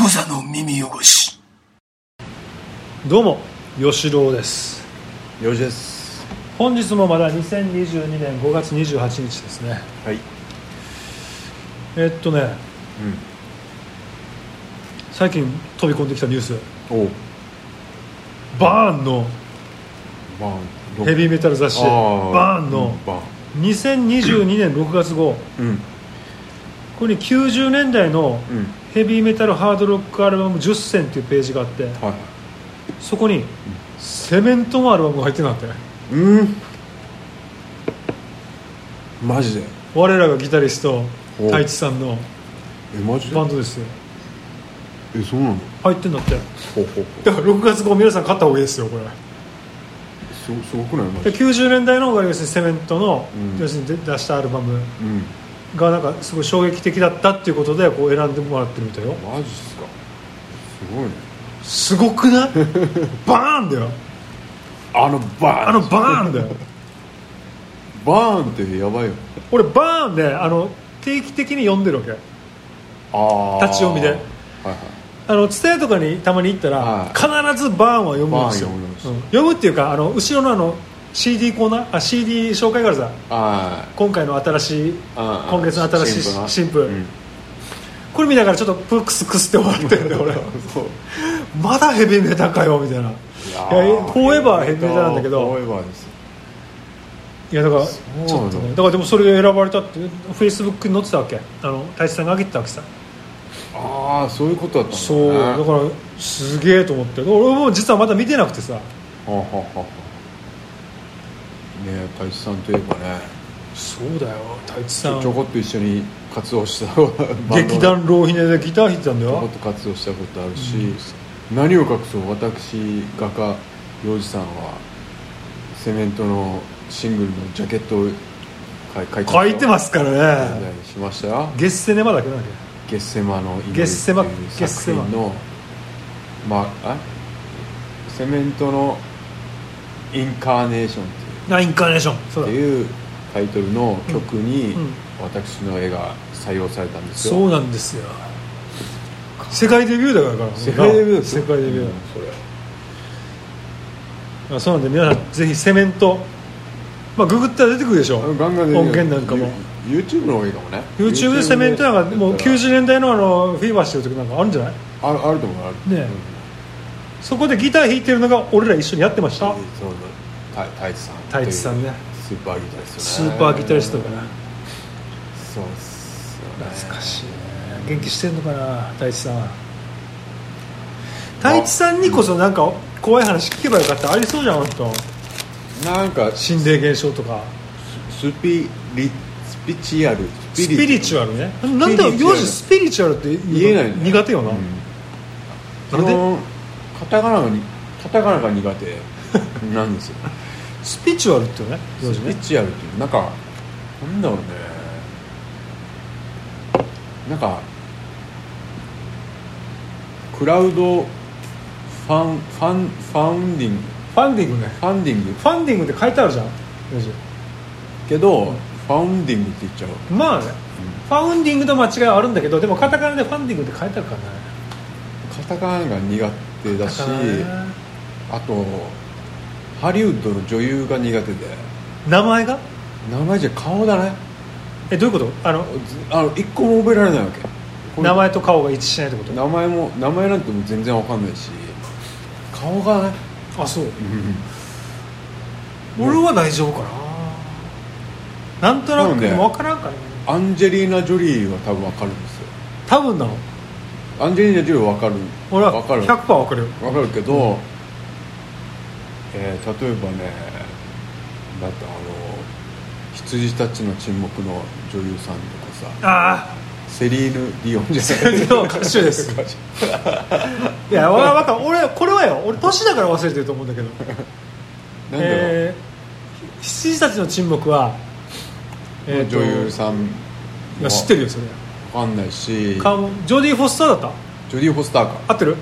無座の耳汚しどうも吉郎ですよしです本日もまだ2022年5月28日ですねはい、うん、えっとね最近飛び込んできたニュースおうバーンのバーンヘビーメタル雑誌バーンのバ2022年6月号ーンうんここに90年代のうんヘビーメタルハードロックアルバム10選っていうページがあってはそこにセメントのアルバムが入ってなかったよいうんマジで我らがギタリストお太一さんのえマジでバンドですよえそうなの入ってんだってほうほうほだから6月号皆さん買った方がいいですよこれうすごすごくないマでジで90年代の要するにセメントの、うん要するに出出したアルバムうんがなんかすごい衝撃的だったっていうことでこう選んでもらってるみたいよマジっすかすごいねすごく ないバーンだよあのバーンあのバーンだよバーンってやばいよ俺バーンであの定期的に読んでるわけああ立ち読みではいはいあの蔦屋とかにたまに行ったら、はい必ずバーンは読むんですよバーン読むんですようん読むっていうかあの後ろのあの CD コーナーあ CD 紹介があるさあ今回の新しいあ今月の新しい新聞な新聞、これ見ながらちょっとプクスクスって終わってるんだよ俺そうまだヘビメタかよみたいないやフォーエバーヘビメタなんだけどフォーエバーですよいやだからそうちょっとねだからでもそれで選ばれたってフェイスブックに載ってたわけあの太一さんが上げてたわけさああそういうことだったんだ、ね、そうだはからすげえと思って俺も実はまだ見てなくてさあはあはあはあねえ太一さんといえばねそうだよ太一ちさょちょんこっと一緒に活動した バンドで劇団ローヒネでギター弾いてたんだちょこよっと活動したことあるし、何を隠そう私画家洋二さんはセメントのシングルのジャケットを書い書い書いてますすからねしましたよゲッセネマだっけなんだっゲッセマの祈りゲッセマっていうゲッセ作マ品のまあセメントのインカーネーションっていうけあインカーネーションそうっだていうタイトルの曲にうんうん私の絵が採用されたんですよ、そうなんですよ世界デビューだからから世界デビューです世界デビューうんそれあそうなんで皆さんぜひセメント、まあ、ググったら出てくるでしょガンガン出てくる音源なんかも You- YouTube の方がいいかもね YouTube でセメントなんかもう90年代のあのフィーバーしてる時なんかあるんじゃないあるあると思うあるねえそこでギター弾いてるのが俺ら一緒にやってましうんたそうそう太太一さん太一さんねスーパーギタリストねスーパーギタリストかなそうっすよね懐かしいね元気してんのかな太一さん太一さんにこそなんか怖い話聞けばよかったありそうじゃん本当なんかス心霊現象とかスピリスピチュアルスピリチュアルねなんだスピリチュア幼ル児スピリチュアルって言えないね苦手よな、うんなんで基本カタカナがにカタカナが苦手なん ですよスピチュアルっていうね幼児スピねチュアルっていうなんかなんだろうねなんかクラウドファンファンファウンディングファンディングねファンディングファンディングって書いてあるじゃん幼児けど、ファウンディングって言っちゃうまあね、ファウンディングと間違いはあるんだけどでもカタカナでファンディングって書いてあるからねカタカナが苦手だしカタカナねあとハリウッドの女優が苦手で名前が名前じゃ顔だねえどういうことあのずあの一個も覚えられないわけこれ名前と顔が一致しないってこと名前も名前なんてもう全然わかんないし顔がねあそう俺は大丈夫かななんとなくそうね分からんからねアンジェリーナ・ジョリーは多分わかるんですよ多分なのアンジェリーナ・ジョリーはわかる俺はわかる100%分かるよわかるけど、えー例えばねだってあの羊たちの沈黙の女優さんとかさあセリーヌ・ディオンじゃあない歌手ですいや俺は分かる俺これはよ俺年だから忘れてると思うんだけど なんだろう、えー羊たちの沈黙は、えーと女優さんいや知ってるよそれわかんないしジ顔もジョディ・フォスターだっョディ・フォスターかた合ってる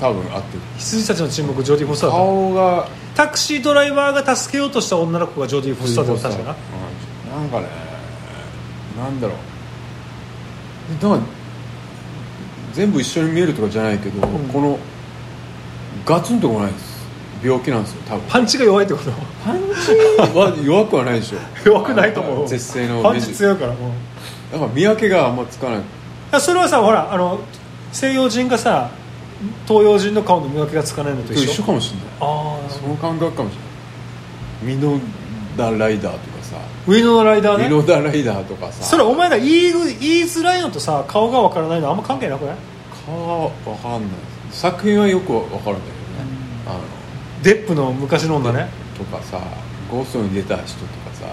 多分合ってる羊たちの沈黙ジョディ・フォスターだっ顔がたタクシードライバーが助けようとした女の子がジョディ・フォスターだった確かなうんなんかねなんだろうなんか全部一緒に見えるとかじゃないけど、んこのガツンとこないです病気なんですよ多分パンチが弱いってことパン チは弱くはないでしょ弱くないと思う絶世のパン美チ術強いからもうだから見分けがあんまつかないいやそれはさほらあの西洋人がさ東洋人の顔の見分けがつかないのとと一一緒緒かもしれないああその感覚かもしれないミノダライダーとかさ、ウィノのライダミーねノダライダーとかさそれお前ら言いぐ言いづらいのとさ顔がわからないのあんま関係なくない顔は分かんない作品はよく分かるんだけどね、あデップの昔の女のねとかさゴーストに出た人とかさ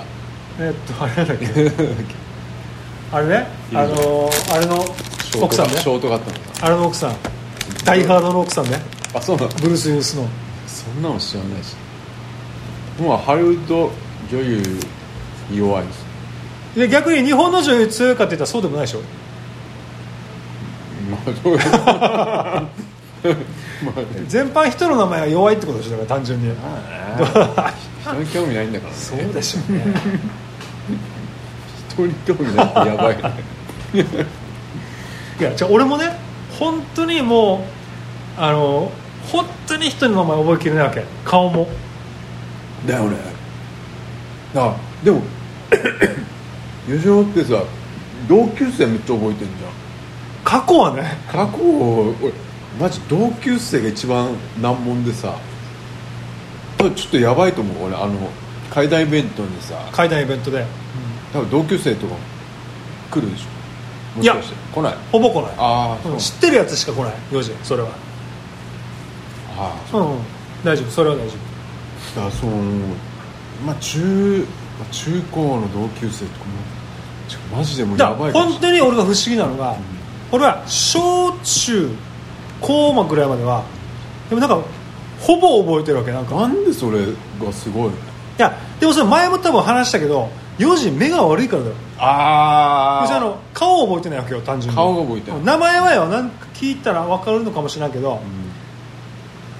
えっとあれなんだっけ あれねあのーあれのショート 奥さんねショートカットのさあれの奥さんダイハードの奥さんねあそうなのブルース・ウィルスのそんなの知らないしもうハリウッド女優弱いしで逆に日本の女優強いかって言ったらそうでもないでしょまあどうやまあね全般人の名前が弱いってことでしょだから単純に人に興味ないんだからねそうでしょうね人に興味ないってやばいね いやじゃあ俺もね本当にもうあの本当に人の名前覚えきれないわけ顔もだよねあでも 吉野ってさ同級生めっちゃ覚えてんじゃん過去はね過去を俺マジ同級生が一番難問でさ多分ちょっとやばいと思う俺あの階段イベントにさ階段イベントで、多分同級生とか来るでしょもしかして来ないほぼ来ないああうんそう知ってるやつしか来ない4時それはああうん大丈夫それは大丈だからそのまあ中まあ中高の同級生とかもちょマジでも夫うだやかばらいかも本しれない当に俺が不思議なのが、俺は小中高まぐらいまではでもなんかほぼ覚えてるわけなんかなんでそれがすごいいやでもそれ前も多分話したけど4時目が悪いからだよあ別にあの顔を覚えてないわけよ単純に顔が覚えてない名前はよなんか聞いたら分かるのかもしれないけど、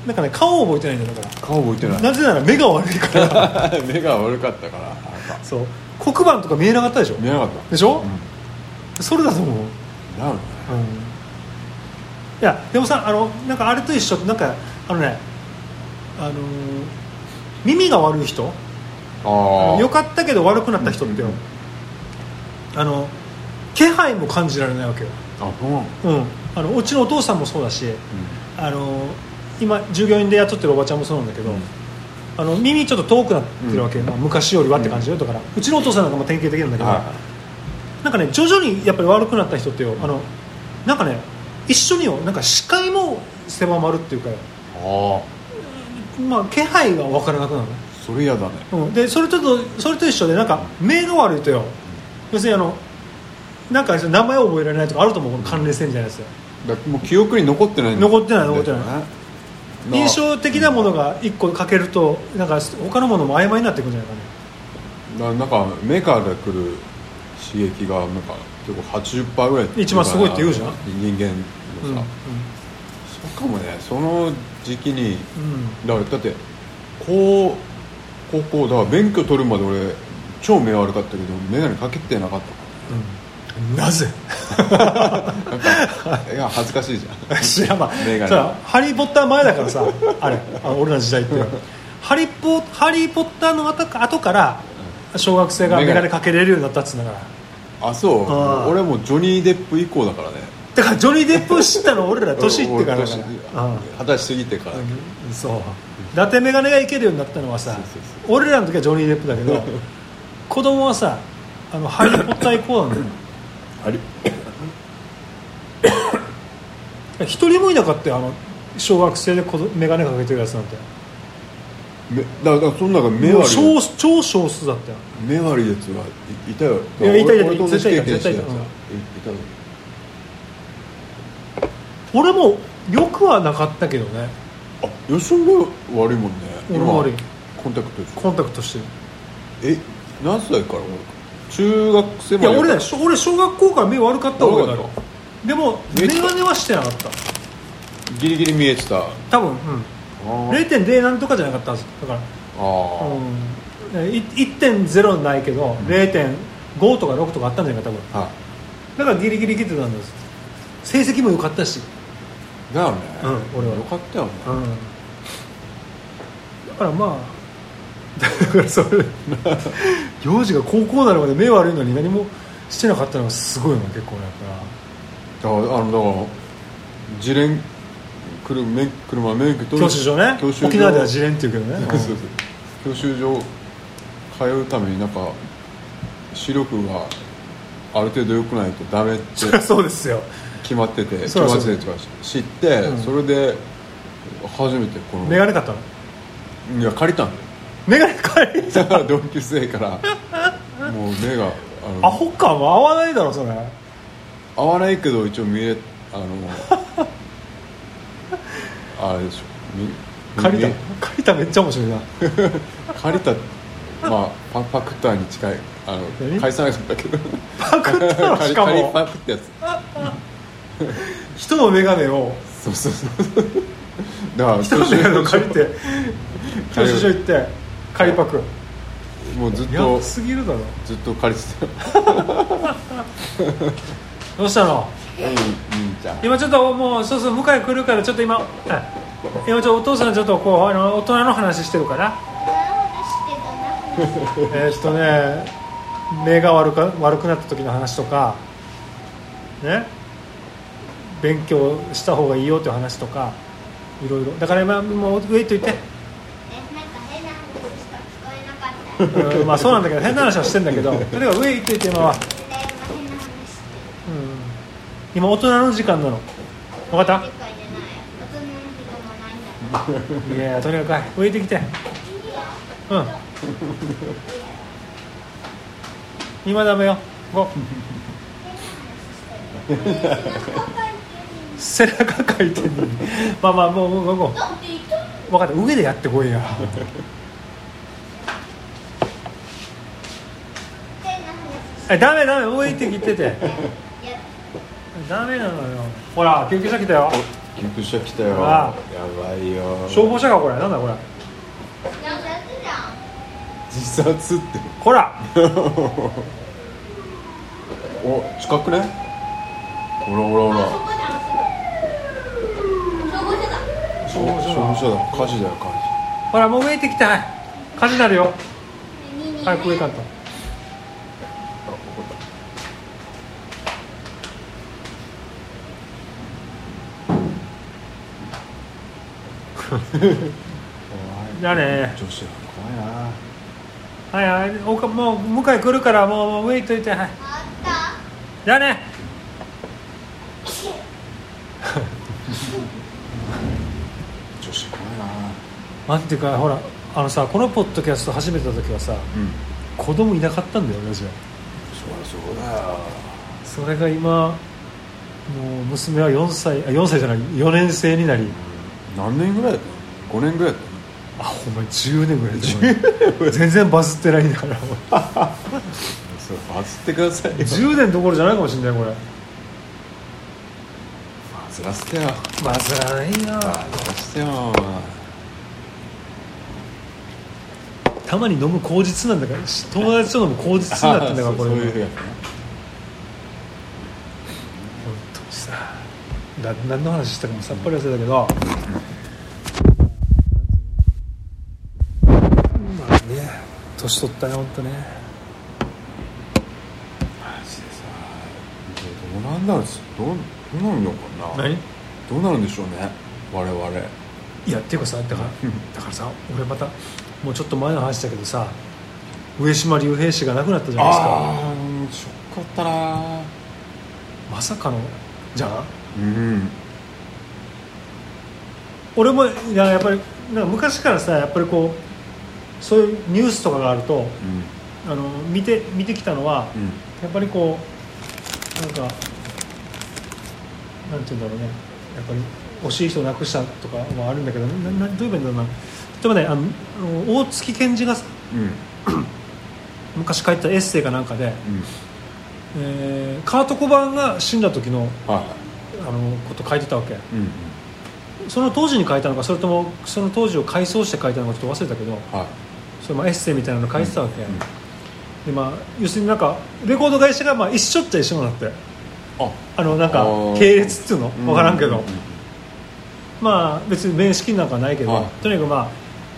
なんかね顔を覚えてないんだよだか顔覚えてらななぜなら目が悪いから い 目が悪かったからなんかそう黒板とか見えなかったでしょ見えなかったでしょうんそれだと思う、うん、いだよねやでもさあのなんかあれと一緒なんかあのねあのー耳が悪い人ああ良かったけど悪くなった人ってよ、うんうんあの気配も感じられないわけよ、あそうなのうん、あのうちのお父さんもそうだしあの今従業員で雇ってるおばちゃんもそうなんだけど、うんあの耳ちょっと遠くなってるわけ、うんまあ昔よりはって感じだよだからうちのお父さんなんかも典型的なんだけど、はなんかね徐々にやっぱり悪くなった人ってよあのなんかね一緒によなんか視界も狭まるっていうかよ、いあまあ、気配が分からなくなるあそれ嫌だねの、うん、でそれとそれと一緒でなんか目が悪いとよ要するにあのなんか名前を覚えられないとかあると思うこの関連性みたいなやつよだからもう記憶に残ってない残ってない残ってないい印象的なものが1個欠けるとなんか他のものも曖昧になっていくんじゃないかねななんか目から来る刺激がなんか結構80%ぐらい一番すごいって言うじゃん人間うん、うのんさ、そうかもねその時期にうんだからだって高高校だから免許取るまで俺超目悪かったけど眼鏡かけてなかったうんなぜから なんかいや恥ずかしいじゃん知らんまあメガネそらハリー・ポッター前 だからさあれあの俺らの時代ってハリポハリー・ポッターの後か後から小学生がメ眼ガネ鏡かけれるようになったっつうんだからあそうあー俺もうジョニー・デップ以降だからねだからジョニー・デップを知ったの俺ら年いってからだ俺か年らうん二十歳過ぎてから、うんそう伊達眼鏡がいけるようになったのはさそうそう俺らの時はジョニー・デップだけど子供はさあのハリー・ポッター以降なんだよあれ一人もいなかったよあの小学生で子供眼鏡かけてるやつなんてめだからその中目もう悪い少数超少数だったよ目悪いやつがいいたよいやいたいた俺と同じ絶対いた経験してるやつが絶いたよ俺もよくはなかったけどねあ吉野家悪いもんね俺も悪い今コンタクトでしょコンタクトしてるえ何歳から俺中学生いや俺だねしょ俺小学校から目悪かった方が悪かっでも見え眼てた鏡はしてなかったギリギリ見えてたあ多分、うん、ー0.0なんとかじゃなかったはずだからあー、うん、い1.0ないけど、0.5とか6とかあったんじゃないか多分はだからギリギリ切ってたんです成績も良かったし、だよね、うん俺はよかったよね、うん、だからまあだからそれ行事が高校なるまで目悪いのに何もしてなかったのがすごいな結構だからだからあのだから自連車免車免許取る教習所ね教習所沖縄では自連っていうけどねそうそう教習所通うためになんか視力がある程度良くないとダメってそりゃそうですよ決まってて決 そうまっそうててとか知って、うんそれで初めてこの眼鏡買ったのいや借りた ん眼鏡買いだよだから同級生からもう目があのアホ感は合わないだろそれ合わないけど一応見れあ のあれでしょみ借りたみ借りためっちゃ面白いな借りたまあパパクターに近いあの何返さなかったけ どパクったの借しりか借りもパクってやつ人の眼鏡をそうそうそうだから人の眼鏡を借りて教習所行って借りパクもうずっやとばすぎるだろずっと借りてたよどうしたのうんうんじゃ今ちょっともうそうそう向井来るからちょっと今はい今ちょっとお父さんちょっとこうあの大人の話してるから、えー、ちょっとね目が悪か悪くなった時の話とかね勉強した方がいいよっていう話とかいろいろだから今もう上行っといて、うん、まあそうなんだけど変な話はしてんだけどとにかく上行っといて今は、うん、今大人の時間なの分かったいやとにかく置いてきてうん今ダメよご背中かいてんのにまあまあもうもうもうもう分かった上でやってこいやえダメダメ置いてきててダメなのよほら救急車来たよあお救急車来たよやあばいよ消防車かこれなんだこれ自殺ってほらお近くねほらほらほら消防防署だ署だ火事だよ火ほらもう上行ってきてはい火事になるよ早く上かんと事じゃあね女子は怖いなはいはいおかもう向井来るからもうもう上行っといてはいじゃあね女子怖いななんていうかほらあのさこのポッドキャスト始めた時はさうん子供いなかったんだよねじゃそりゃそうだよそれが今もう娘は4歳あ4歳じゃない4年生になり何年ぐらいだった5年ぐらいだっあお前10年ぐらいだよ全然バズってないんだから たそうバズってください10年どころじゃないかもしれないこれバズらせてよバズらないバなズらせてよたまに飲む口実なんだからし友達と飲む口実になってんだからこれそういうやつね本当にさだ何の話したかもさっぱり忘れたけど、まあね年取ったね本当ねマジでさどうなんだろうどうどうなるのかなどうなるんでしょうね我々いやっていうかさだからうんだからさ俺またもうちょっと前の話だけどさ上島竜兵氏が亡くなったじゃないですかああショックだったなまさかのじゃんうん俺もいややっぱりなんか昔からさやっぱりこうそういうニュースとかがあるとうんあの見て見てきたのは、うんやっぱりこうなんかなんて言うんだろうねやっぱり惜しい人を亡くしたとかはあるんだけどななどういえばいいんだろうな例えばねあのあの大月健二がさうん昔書いてたエッセイかなんかうで、んえーカート・コバーンが死んだ時のはあのこと書いてたわいけうんその当時に書いたのかそれともその当時を回想して書いたのかちょっと忘れたけどはいそれまあエッセイみたいなの書いてたわけ、うんでまあ、要するになんかレコード会社がまあ一緒っちゃ一緒なんだってああのなんかあー系列っつうの分からんけど、うまあ別に面識なんかないけど、はいとにかくまあ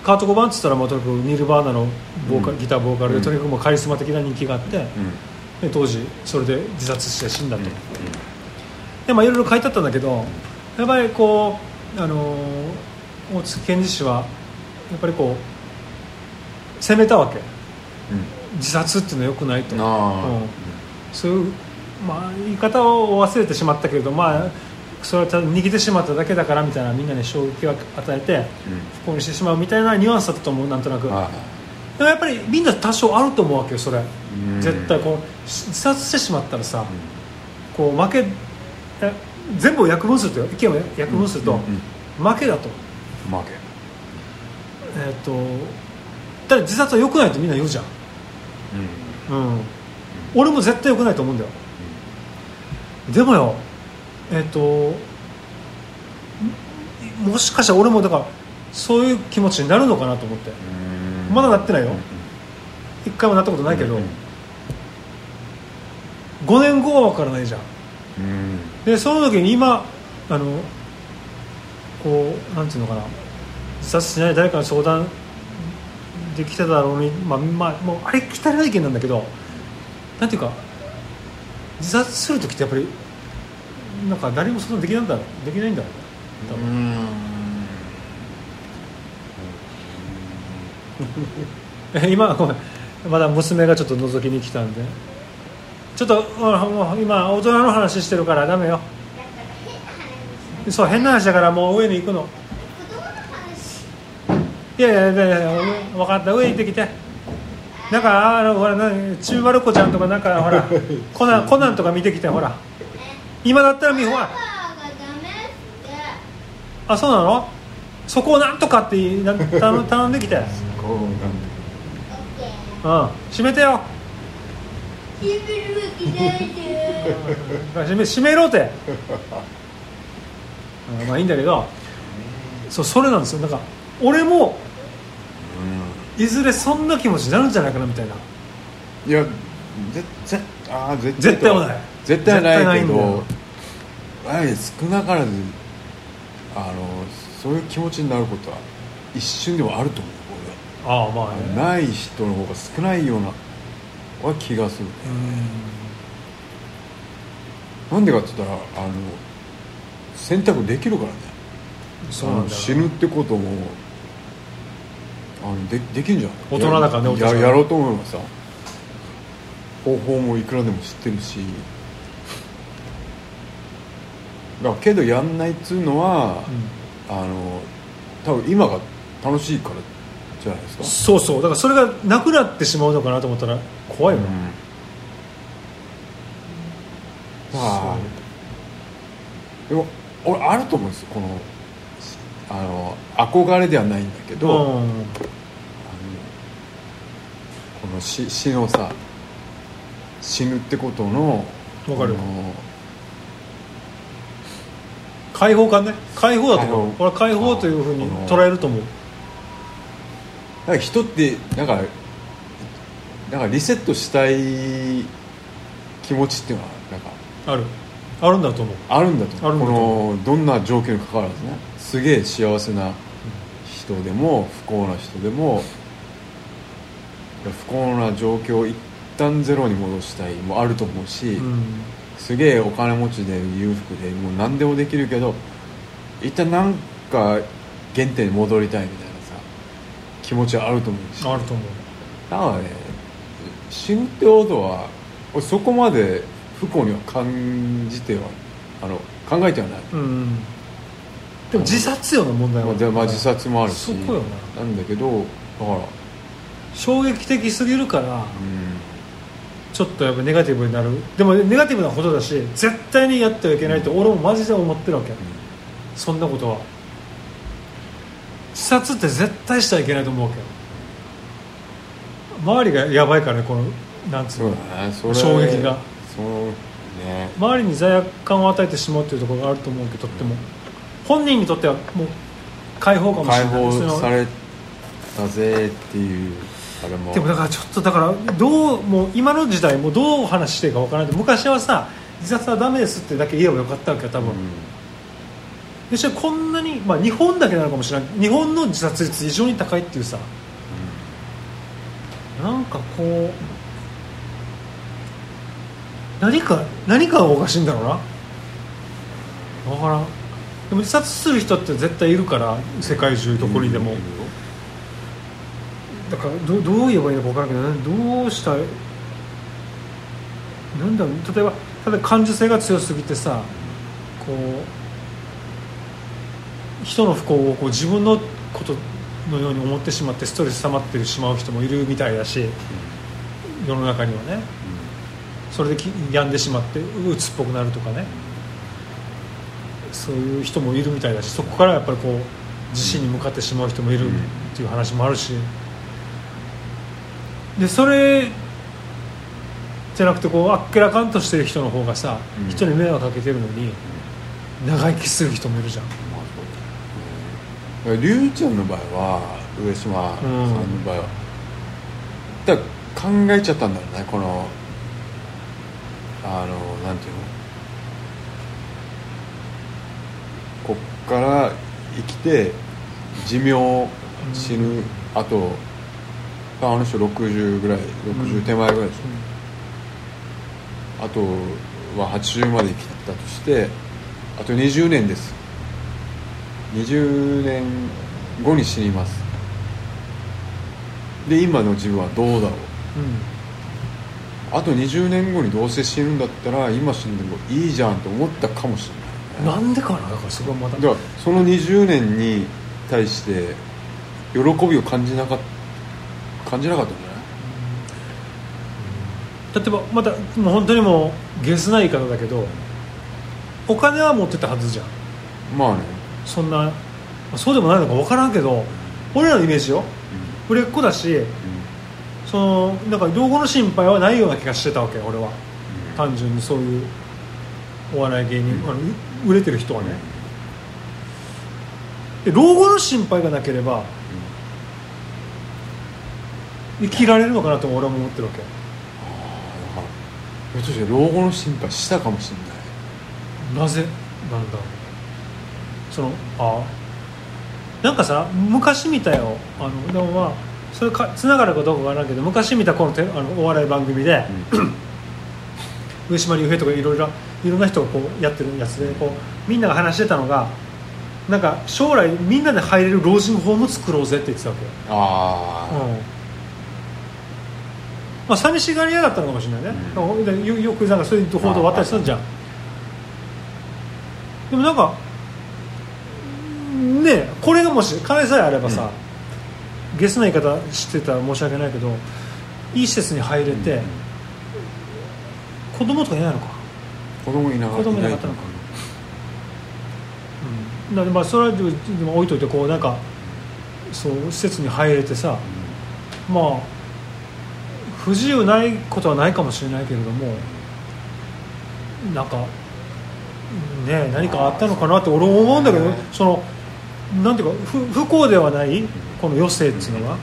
カート・コバーンっつったらもうとにかくニルバーナのボーカル、うんギターボーカルで、うんとにかくもうカリスマ的な人気があって、うんうんで当時それで自殺して死んだと、うんうんでまあいろいろ書いてあったんだけどやっぱりこうあのー大月健二氏はやっぱりこう責めたわけ自殺っていうのはよくないとうんあーうんそういう、まあ、言い方を忘れてしまったけれど、まあ、それはただ逃げてしまっただけだからみたいなみんなに衝撃を与えて不幸にしてしまうみたいなニュアンスだったと思うなんとなくうでんもはやっぱりみんな多少あると思うわけよそれいうん絶対こうし自殺してしまったらさこう負けえ全部を訳分すると意見を訳分するうとんうん負けだと,、うん負けえー、とだから自殺は良くないとみんな言うじゃん、うんうん、俺も絶対良くないと思うんだよでもよえっ、とんもしかしたら俺もだからそういう気持ちになるのかなと思ってうんまだなってないようんうん一回もなったことないけど、うん5年後は分からないじゃんうんでその時に今あのこうなんていうのかな自殺しない誰かの相談できただろうに、まあまあ、もうあれきたりな意見なんだけどなんていうか自殺する時ってやっぱりなんか誰も相談できないんだろうできないんだろう多分え 今ごめんまだ娘がちょっと覗きに来たんでちょっとうんもう今大人の話してるからダメよそう変な話だからもう上に行くのいやいやいやいや分かった上行ってきてなんかあのほら何ちびまる子ちゃんとかなんか ほらコナンコナンとか見てきてほら今だったら見ほらあそうなのそこをなんとかって言い な頼頼んできてうんこうなんだ閉めてよ閉め閉めろってうんまあいいんだけどそうそれなんですよなんか俺もいずれそんな気持ちになるんじゃないかなみたいないやぜぜあー絶絶対はない絶対絶対なないいけんだどよあれ少なからずあのそういう気持ちになることは一瞬でもあると思うああまあ俺ねない人の方が少ないようなは気がするうなんでかって言ったらあの選択できるからねんそうなんあのだよ死ぬってこともあのでできんじゃん大人だからねやお父さんややろうと思えばさ方法もいくらでも知ってるしだけどやんないっつうのは、うあの多分今が楽しいからじゃないですかんそうそうだからそれがなくなってしまうのかなと思ったら怖いようんね、まあでも俺あると思うんですよこのあの憧れではないんだけうど、んあのこの死死のさ死ぬってことのわかるあの解放感ね解放だと思う解放俺は解放というふうにあの捉えると思うなんか人ってなんかなんかリセットしたい気持ちっていうのはなんかあるあるんだと思うあるんだとあるんだとこのどんな状況にかかわらずねすげえ幸せな人でも不幸な人でもいや不幸な状況を一旦ゼロに戻したいもあると思うし、うんすげえお金持ちで裕福でもう何でもできるけど一旦なんか原点に戻りたいみたいなさ気持ちはあると思うしだあかると思うらね死ぬってことは俺そこまで不幸には感じてはあの考えてはない、うんでも自殺よの問題まはあ、でまあ自殺もあるしそこよなんだけどだからうん衝撃的すぎるからちょっとやっぱネガティブになるでもネガティブなことだし絶対にやってはいけないと俺もマジで思ってるわけそんなことは自殺って絶対しちゃいけないと思うわけよ周りがやばいからねこのなんつそうのうだねそれ衝撃がそうね周りに罪悪感を与えてしまうというところがあると思うけどとっても本人にとってはもう解放かもしれ解ない放そさのれたぜっていうあれもでもだからちょっとだからどうもう今の時代もうどう話していいか分からない昔はさ自殺はダメですってだけ言えばよかったわけよ多分、でそしてこんなに、まあ、日本だけなのかもしれない日本の自殺率異常に高いっていうさなんかこう何か何かがおかしいんだろうなわからんでも自殺する人って絶対いるから世界中どこにでも、だからどうどう言えばいいのか分からんけどなんどうしたらなんだろう例えばただ感受性が強すぎてさこう人の不幸をこう自分のことのように思ってしまってストレス溜まってしまう人もいるみたいだし世の中にはねそれでき病んでしまって鬱っぽくなるとかねそういう人もいるみたいだしそこからやっぱりこう自身に向かってしまう人もいるっていう話もあるしでそれじゃなくてこうあっけらかんとしてる人の方がさ、うん人に迷惑かけてるのに長生きする人もいるじゃんりゅうちゃんの場合は上島さんの場合は、だから考えちゃったんだろうねこのあのなんていうのこっから生きて寿命死ぬ、あとあの人60ぐらい60手前ぐらいでしょ、あとは80まで生きたとしてあと20年です20年後に死にますで今の自分はどうだろうあと20年後にどうせ死ぬんだったら今死んでもいいじゃんと思ったかもしうれん、ない、なんでかなだからそこはまただからその20年に対して喜びを感じなかっ感じなかったんじゃない例えばまたもう本当にもうゲスない言い方だけどお金は持ってたはずじゃんまあね、そんなまあそうでもないのか分からんけど俺らのイメージよ売れっ子だしそのなんか老後の心配はないような気がしてたわけ俺は単純にそういうお笑い芸人、うんあのう売れてる人はね、で老後の心配がなければ生きられるのかなと俺は思ってるわけひょっとして老後の心配したかもしれないなぜなんだろうそのあなんかさ昔見たよあのでもまあそれかつながるかどうかわからんけど昔見たこのてあのお笑い番組で、上島竜兵とかいろいろいろんな人がこうやってるやつでこうみんなが話してたのがなんか将来みんなで入れる老人ホーム作ろうぜって言ってたわけよああ、うんまあ、寂しがり屋だったのかもしれないね、でよよくなんかそういう報道があったりするじゃん、でもなんかねえこれがもし金さえあればさ、ゲスな言い方してたら申し訳ないけどいい施設に入れて、子供とかいないのか、子供いなかった子供いなかったのかうん、なんでまあそれはでもでも置いといてこうなんかそう施設に入れてさ、まあ不自由ないことはないかもしれないけれどもなんかねえ何かあったのかなって俺も思うんだけど、うんそのなんていうか不不幸ではないこの余生っていうのは、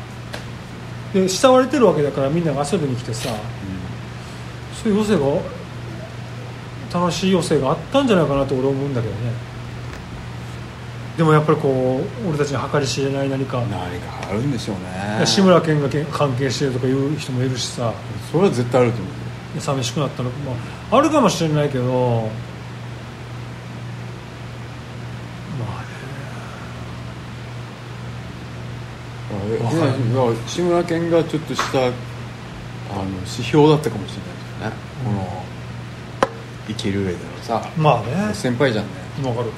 で慕われてるわけだからみんなが遊びに来てさそういう余生が楽しい余生があったんじゃないかなと俺は思うんだけどねでもやっぱりこう俺たちに計り知れない何か何かあるんでしょうね志村けんがけん関係してるとかいう人もいるしさそれは絶対あると思う寂しくなったの、まあ、あるかもしれないけどまあだかわからるだから志村けんがちょっとしたあの指標だったかもしれないですよね、この生きる上でのさねまあね先輩じゃんねわかる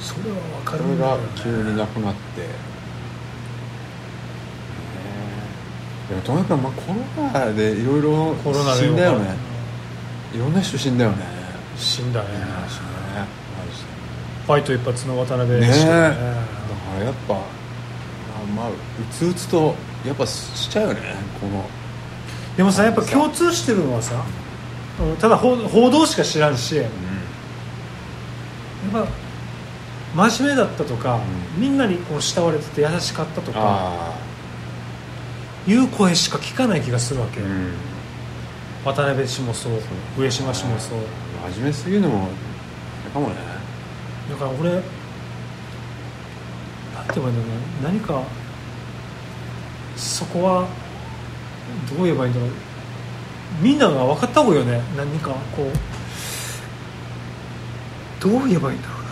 それはわかそるれんだがよね急になくなって、ねえでもとにかくまあコロナでいろいろコロナで死んだよねわかいろんな人死んだよねる死んだねいろんな人ねマジでファイト一発の渡辺ね氏とかねえだからやっぱあまあうつうつとやっぱしちゃうよねこのでもさやっぱ共通してるのはさうんただ報報道しか知らんしやっぱ真面目だったとか、うんみんなにこう慕われてて優しかったとかああいう声しか聞かない気がするわけよ、うん渡辺氏もそう上島氏もそう真面目すぎるのもあれかもねだから俺なんて言えばいいんだろうな何かそこはどう言えばいいんだろうみんなが分かった方がいいよね何かこうどう言えばいいんだろうな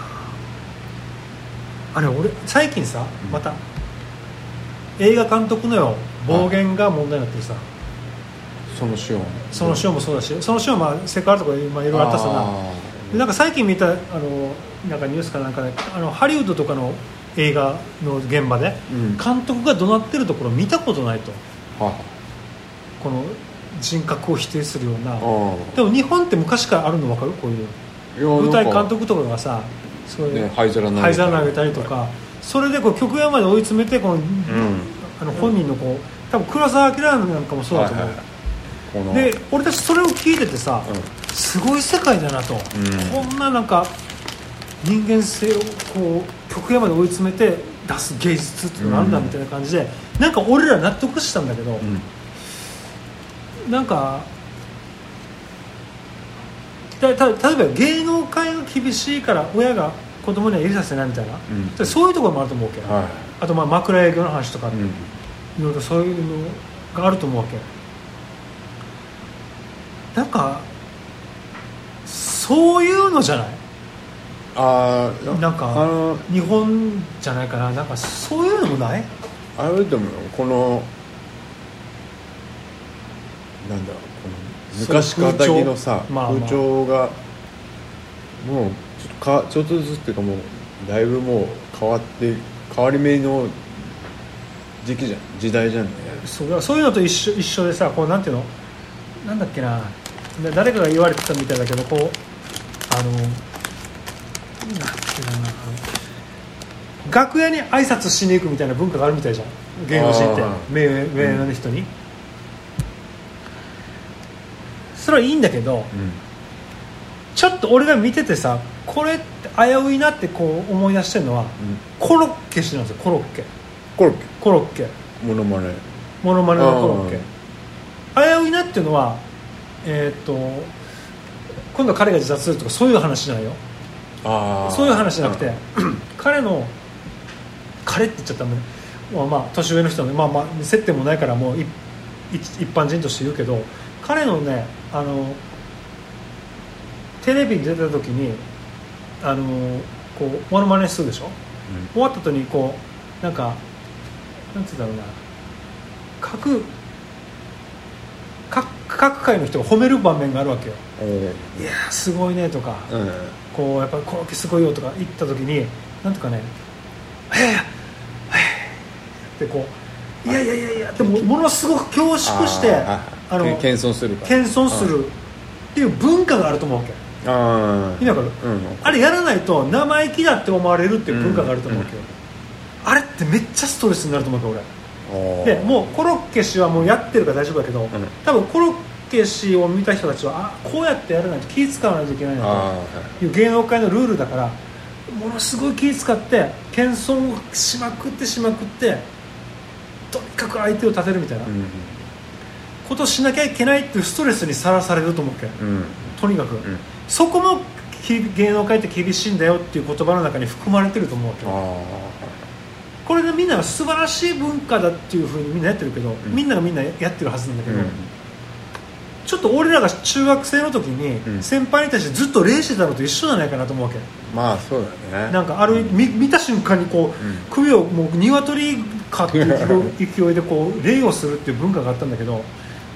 あれ俺最近さうんまた映画監督のよ暴言が問題になってるさその塩その塩もそうだしその塩はまあセクハラとか今いろいろあったさなでなんか最近見たあのなんかニュースかなんかであのハリウッドとかの映画の現場でうん監督が怒鳴ってるところ見たことないとはいこの人格を否定するようなあでも日本って昔からあるの分かるこういうあいや舞台なん監か督とかがさそういうね灰皿投げたり灰皿投げたりとかそれでこう極限まで追い詰めてこの、うんあの本人のこう多分黒澤明なんかもそうだと思う、はいはいこので俺たちそれを聞いててさ、すごい世界だなと、んこんななんか人間性をこう極限まで追い詰めて出す芸術ってなんだうんみたいな感じで、なんか俺ら納得したんだけど、うん、うんなんかたた例えば芸能界が厳しいから親が子供には入れさせないみたいな、うんでそういうところもあると思うわけ、どはあとまあ枕営業の話とか、い、いろいろそういうのがあると思うわけなんかそういうのじゃないああなんかあの日本じゃないかななんかそういうのもないあれでもこのなんだろうこの昔かたぎのさそう風潮まあまあ風潮がもうちょっとかちょっとずつっていうかもうだいぶもう変わって変わり目の時期じゃん時代じゃんねそうだからそういうのと一緒一緒でさこうなんていうのなんだっけなで誰かが言われてたみたいだけどこうあのなんだっけなあの楽屋に挨拶しに行くみたいな文化があるみたいじゃん芸能人ってあー目上目上の人に、それはいいんだけどちょっと俺が見ててさこれって危ういなってこう思い出してるのはうん、うん、コロッケ氏なんですよコロッケコロッケコロッケモノマネモノマネのコロッケうん危ういなっていうのはえーっと今度彼が自殺するとかそういう話じゃないよあそういう話じゃなくて、 彼の彼って言っちゃったもんねまあ、まあ、年上の人の、まあまあ、接点もないからもうい一一般人として言うけど彼のねあのテレビに出た時にあのこうモノマネするでしょ終わった後にこうなんかなんつうんだろうな各各各界の人が褒める場面があるわけようんおーいやーすごいねとか、うんこうやっぱりコロッケすごいよとか言った時になんとかね「へえへえ」ってこう「いやいやいやいや」ってもうものすごく恐縮してあーあのけ謙遜するから謙遜するっていう文化があると思うわけああ意味わかるうんあれやらないと生意気だって思われるっていう文化があると思うわけど、うんあれってめっちゃストレスになると思うわけどおー俺でもうコロッケ氏はもうやってるから大丈夫だけど、多分コロッケ氏を見た人たちはあこうやってやらないと気使わないといけないなとあいう芸能界のルールだからものすごい気使って謙遜をしまくってしまくってとにかく相手を立てるみたいなあうんことをしなきゃいけないっていうストレスにさらされると思うけどうんとにかく、うんそこもき芸能界って厳しいんだよっていう言葉の中に含まれてると思うわけどあこれでみんなが素晴らしい文化だっていうふうにみんなやってるけど、んみんながみんなやってるはずなんだあけど、ちょっと俺らが中学生の時にうん先輩に対してずっと礼してたのと一緒じゃないかなと思うわけ、まあそうだねなんかある見見た瞬間にうこう、ん首をもう鶏かっていう勢い勢いでこう礼をするっていう文化があったんだけど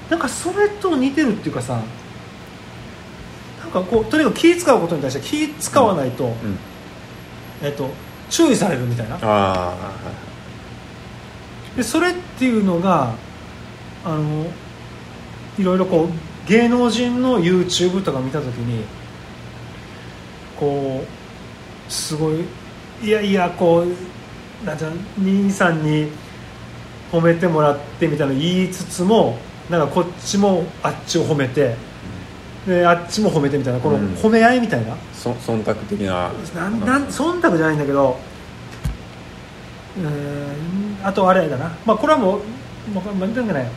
なんかそれと似てるっていうかさなんかこうとにかく気使うことに対して気使わないと,、うんえっと注意されるみたいなあでそれっていうのがあのいろいろこう芸能人の YouTube とか見た時にこうすごいいやいやこうなんていうの兄さんに褒めてもらってみたいなの言いつつもなんかこっちもあっちを褒めてであっちも褒めてみたいなこのうん褒め合いみたいな。あそ忖度的ななんなん忖度じゃないんだけどうーんあとあれだな、まあ、これはもう、まあ、なんていうんかね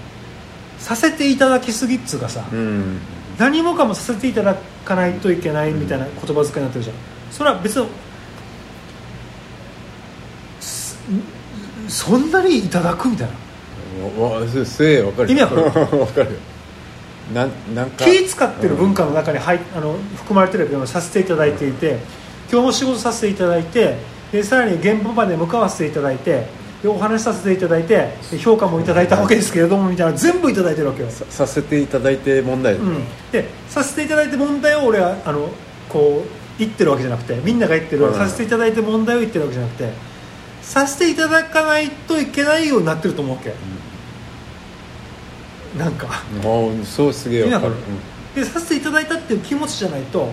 させていただきすぎっつうかさ、うん何もかもさせていただかないといけないみたいな言葉遣いになってるじゃんそれは別にすそんなにいただくみたいなわわせせえわかるよ意味わか わかるよなんなんか気使ってる文化の中に入っあの含まれてるけどさせていただいていて今日も仕事させていただいてでさらに現場まで向かわせていただいてでお話しさせていただいてで評価もいただいたわけですけれどもみたいな全部いただいてるわけよ、ささせていただいて問題だうよねん、でさせていただいて問題を俺はあのこう言ってるわけじゃなくてみんなが言ってる、うんさせていただいて問題を言ってるわけじゃなくてさせていただかないといけないようになってると思うわけ、なんかもうそうすげえわかる意味わかるでさせていただいたっていう気持ちじゃないと、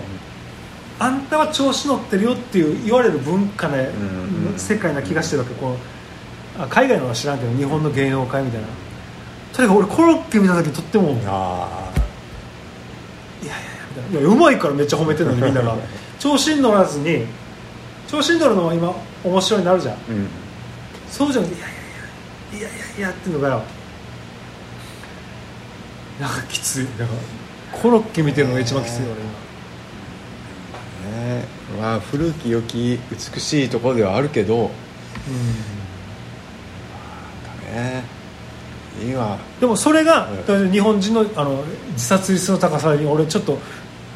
あんたは調子乗ってるよっていう言われる文化ね、うん世界な気がしてるわけこうあ海外のは知らんけど日本の芸能界みたいなとにかく俺コロッケ見た時とっても「いやいやあみたいな」いやうまいからめっちゃ褒めてるのにみ んなが調子に乗らずに調子に乗るのは今面白いになるじゃんあうんそうじゃなくて「いやいやいやいやいやいや」っていうのがよなんかきついなんかコロッケ見てるのが一番きつい俺今。ねまあ古き良き美しいところではあるけどね今でもそれがうん、だから日本人のあの自殺率の高さに俺ちょっと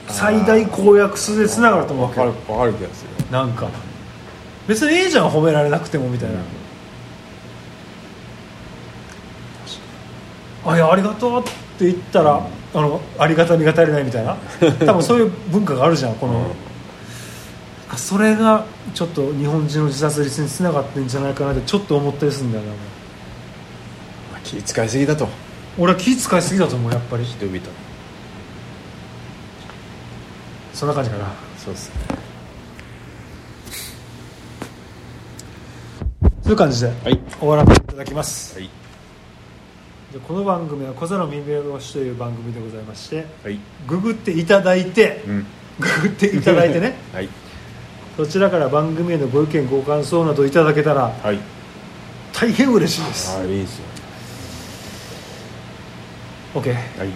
最大公約数でつながると思うわけわよかるわかる気がするなんか別にいいじゃん褒められなくてもみたいな、あいやありがとうって言ったら、あのありがたみが足りないみた いな多分そういう文化があるじゃんこの、あそれがちょっと日本人の自殺率につながってんじゃないかなってちょっと思ったりするんだよなまあ気使いすぎだと俺は気使いすぎだと思うやっぱり人々のそんな感じかなそうですねそういう感じではい終わらせていただきます、はいでこの番組は「小皿耳弁護士」という番組でございましてはいググっていただいてうんググっていただいてねはいそちらから番組へのご意見ご感想などいただけたらはい大変嬉しいですあいいですよ OK はい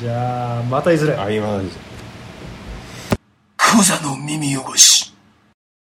じゃあまたいずれあ今のですクザの耳汚し